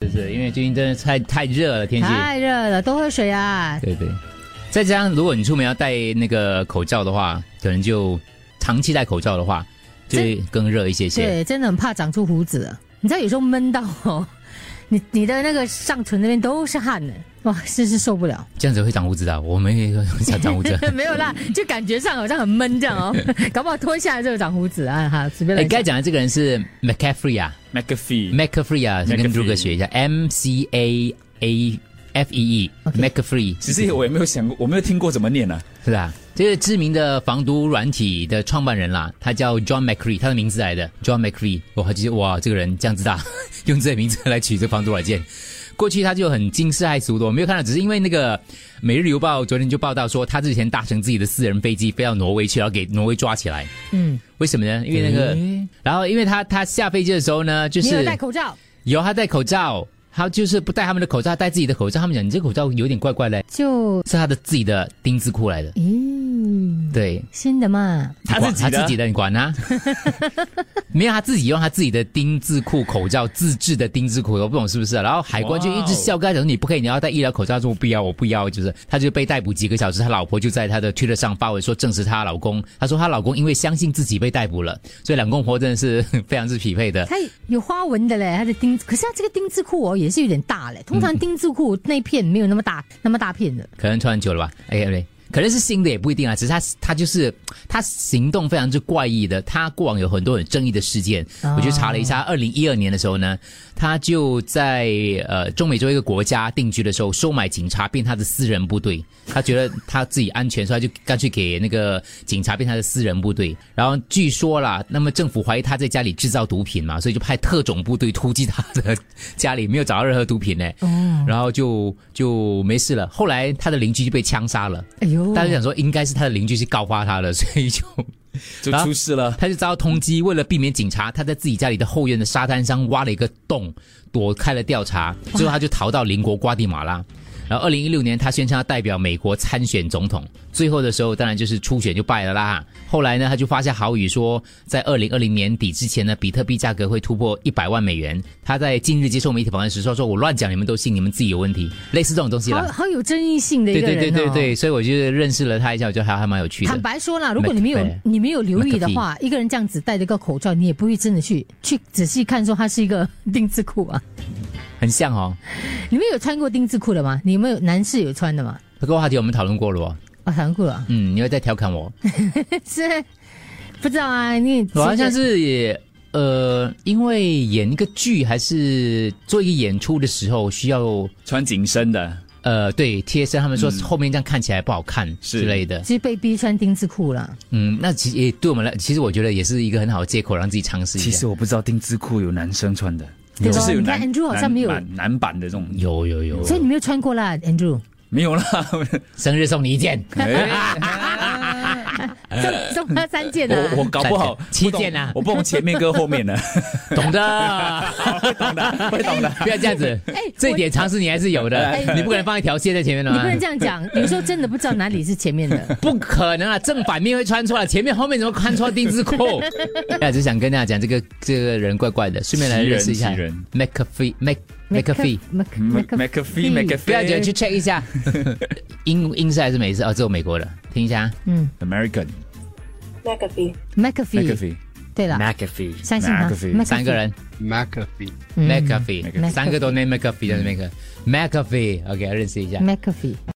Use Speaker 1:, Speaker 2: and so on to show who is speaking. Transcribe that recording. Speaker 1: 就是因为最近真的太太热了，天气。
Speaker 2: 太热了，多喝水啊！
Speaker 1: 对对，再加上如果你出门要戴那个口罩的话，可能就长期戴口罩的话，就会更热一些些。
Speaker 2: 对，真的很怕长出胡子了。你知道有时候闷到哦，你你的那个上唇那边都是汗的，哇，真是受不了。
Speaker 1: 这样子会长胡子的啊，我们也会想长胡子。
Speaker 2: 没有啦，就感觉上好像很闷这样 哦，搞不好脱下来就长胡子啊！哈，随便
Speaker 1: 哎，
Speaker 2: 来
Speaker 1: 刚才
Speaker 2: 讲。
Speaker 1: 讲的这个人是 McCaffrey 啊
Speaker 3: McAfee，
Speaker 1: ，McCaffrey 啊，跟
Speaker 3: McAfee
Speaker 1: Drew 哥学一下，M C A A F E E，McCaffrey
Speaker 3: 其实我也没有想过，我没有听过怎么念啊呢、
Speaker 1: 是吧？这个知名的防毒软体的创办人啦，他叫 John McCree，他的名字来的 John McCree。哇，就是哇，这个人这样子大， 用这个名字来取这防毒软件。过去他就很惊世骇俗的，我没有看到，只是因为那个《每日邮报》昨天就报道说，他之前搭乘自己的私人飞机飞到挪威去，然后给挪威抓起来。
Speaker 2: 嗯，
Speaker 1: 为什么呢？因为那个，然后因为他他下飞机的时候呢，就
Speaker 2: 你有
Speaker 1: 是
Speaker 2: 戴口罩，
Speaker 1: 有他戴口罩，他就是不戴他们的口罩，他戴自己的口罩。他们讲你这口罩有点怪怪嘞，
Speaker 2: 就是
Speaker 1: 他的自己的丁字裤来的。
Speaker 2: 咦，
Speaker 1: 对，
Speaker 2: 新的嘛，
Speaker 3: 他
Speaker 1: 管
Speaker 3: 自己的啊
Speaker 1: 他自己的，你管 他？没有，他自己用他自己的丁字裤口罩自制的丁字裤，我不懂是不是啊、然后海关就一直笑，跟他讲说你不可以，你要戴医疗口罩，他说我不要，我不要，就是他就被逮捕几个小时，他老婆就在他的推特上发文说证实她老公，她说她老公因为相信自己被逮捕了，所以两公婆真的是非常之匹配 的。
Speaker 2: 它有花纹的嘞，它的丁，可是它这个丁字裤哦也是有点大嘞。通常丁字裤那片没有那么大，那么大片的。
Speaker 1: 可能穿久了吧？哎哎，可能是新的也不一定啊。只是他他就是他行动非常之怪异的，他过往有很多很争议的事件。
Speaker 3: 啊
Speaker 2: 哦
Speaker 1: 我去查了一下，二零一二年的时候呢，他就在呃中美洲一个国家定居的时候，收买警察变他的私人部队。他觉得他自己安全，所以他就干脆给那个警察变他的私人部队。然后据说啦，那么政府怀疑他在家里制造毒品嘛，所以就派特种部队突击他的家里，没有找到任何毒品呢、然后就就没事了。后来他的邻居就被枪杀了，
Speaker 2: 哎呦，
Speaker 1: 大家想说应该是他的邻居去告发他了，所以就
Speaker 3: 就
Speaker 1: 啊
Speaker 3: 出事了。
Speaker 1: 他就遭到通缉。为了避免警察，他在自己家里的后院的沙滩上挖了一个洞，躲开了调查。最后他就逃到邻国瓜地马拉。然后，二零一六年，他宣称要代表美国参选总统。最后的时候，当然就是初选就败了啦。后来呢，他就发下豪语说，在二零二零年底之前呢，比特币价格会突破一百万美元。他在近日接受媒体访问时说：“说我乱讲，你们都信，你们自己有问题。”类似这种东西啦。
Speaker 2: 好好有争议性的一
Speaker 1: 对
Speaker 2: 个人、
Speaker 1: 对
Speaker 2: 哦、
Speaker 1: 对对对，所以我就认识了他一下，我觉得还还蛮有趣
Speaker 2: 坦
Speaker 1: 的。
Speaker 2: 白说啦，如果你没有
Speaker 1: McAfee
Speaker 2: 你没有留意的话，一个人这样子戴着个口罩，你也不会真的去去仔细看说它是一个丁字裤啊。
Speaker 1: 很像哦。
Speaker 2: 你们有穿过丁字裤的吗？你们有男士有穿的吗？
Speaker 1: 这个话题我们讨论过了哦。
Speaker 2: 啊、 穿过了，
Speaker 1: 嗯，你又在调侃 我，
Speaker 2: 是不知道啊？你
Speaker 1: 我好像是也呃，因为演一个剧还是做一个演出的时候需要
Speaker 3: 穿紧身的，
Speaker 1: 呃，对贴身，他们说后面这样看起来不好看
Speaker 3: 是
Speaker 1: 之类的。
Speaker 2: 是被逼穿丁字裤了。
Speaker 1: 嗯，那其实也对我们来，其实我觉得也是一个很好的借口，让自己尝试一下。
Speaker 3: 其实我不知道丁字裤有男生穿的，
Speaker 2: 对
Speaker 3: 就是有
Speaker 2: 你看
Speaker 3: 男
Speaker 2: Andrew 好像没有
Speaker 3: 男男男版的这种，
Speaker 1: 有有有，
Speaker 2: 所以你没有穿过啦，Andrew。
Speaker 3: 没有啦。哎
Speaker 1: 生日送你一 件，
Speaker 2: 送送他三件啊！
Speaker 3: 我我搞不好
Speaker 1: 七
Speaker 3: 不懂
Speaker 1: 件啊
Speaker 3: 我不懂前面跟 后面的，
Speaker 1: 懂的，
Speaker 3: 会懂的，会懂的。
Speaker 1: 不要这样子。
Speaker 2: 哎
Speaker 1: 这一点常识你还是有的
Speaker 2: 哎，
Speaker 1: 你不可能放一条线在前面的
Speaker 2: 你
Speaker 1: 嘛
Speaker 2: 不。能这样讲，有时候真的不知道哪里是前面的。
Speaker 1: 不可能啊，正反面会穿错了，前面后面怎么穿错丁字裤？那只想跟大家讲，这个这个人怪怪的，顺便来认识一下
Speaker 3: 奇人
Speaker 1: McAfee Mc McAfee，
Speaker 2: McAfee，
Speaker 3: McAfee McAfee，
Speaker 1: 不要紧，去 check 一下，英英式还是美式？哦，只有美国的，听一下啊
Speaker 3: American
Speaker 4: McAfee.
Speaker 2: McAfee，
Speaker 3: McAfee
Speaker 2: 对了，
Speaker 3: McAfee，
Speaker 2: 啊相信他
Speaker 3: McAfee，
Speaker 2: McAfee
Speaker 1: 三个人
Speaker 5: McAfee，
Speaker 2: 嗯
Speaker 1: McAfee，
Speaker 3: McAfee
Speaker 1: 三个都 name McAfee 的那个 McAfee，OK，认识一下。
Speaker 2: McAfee。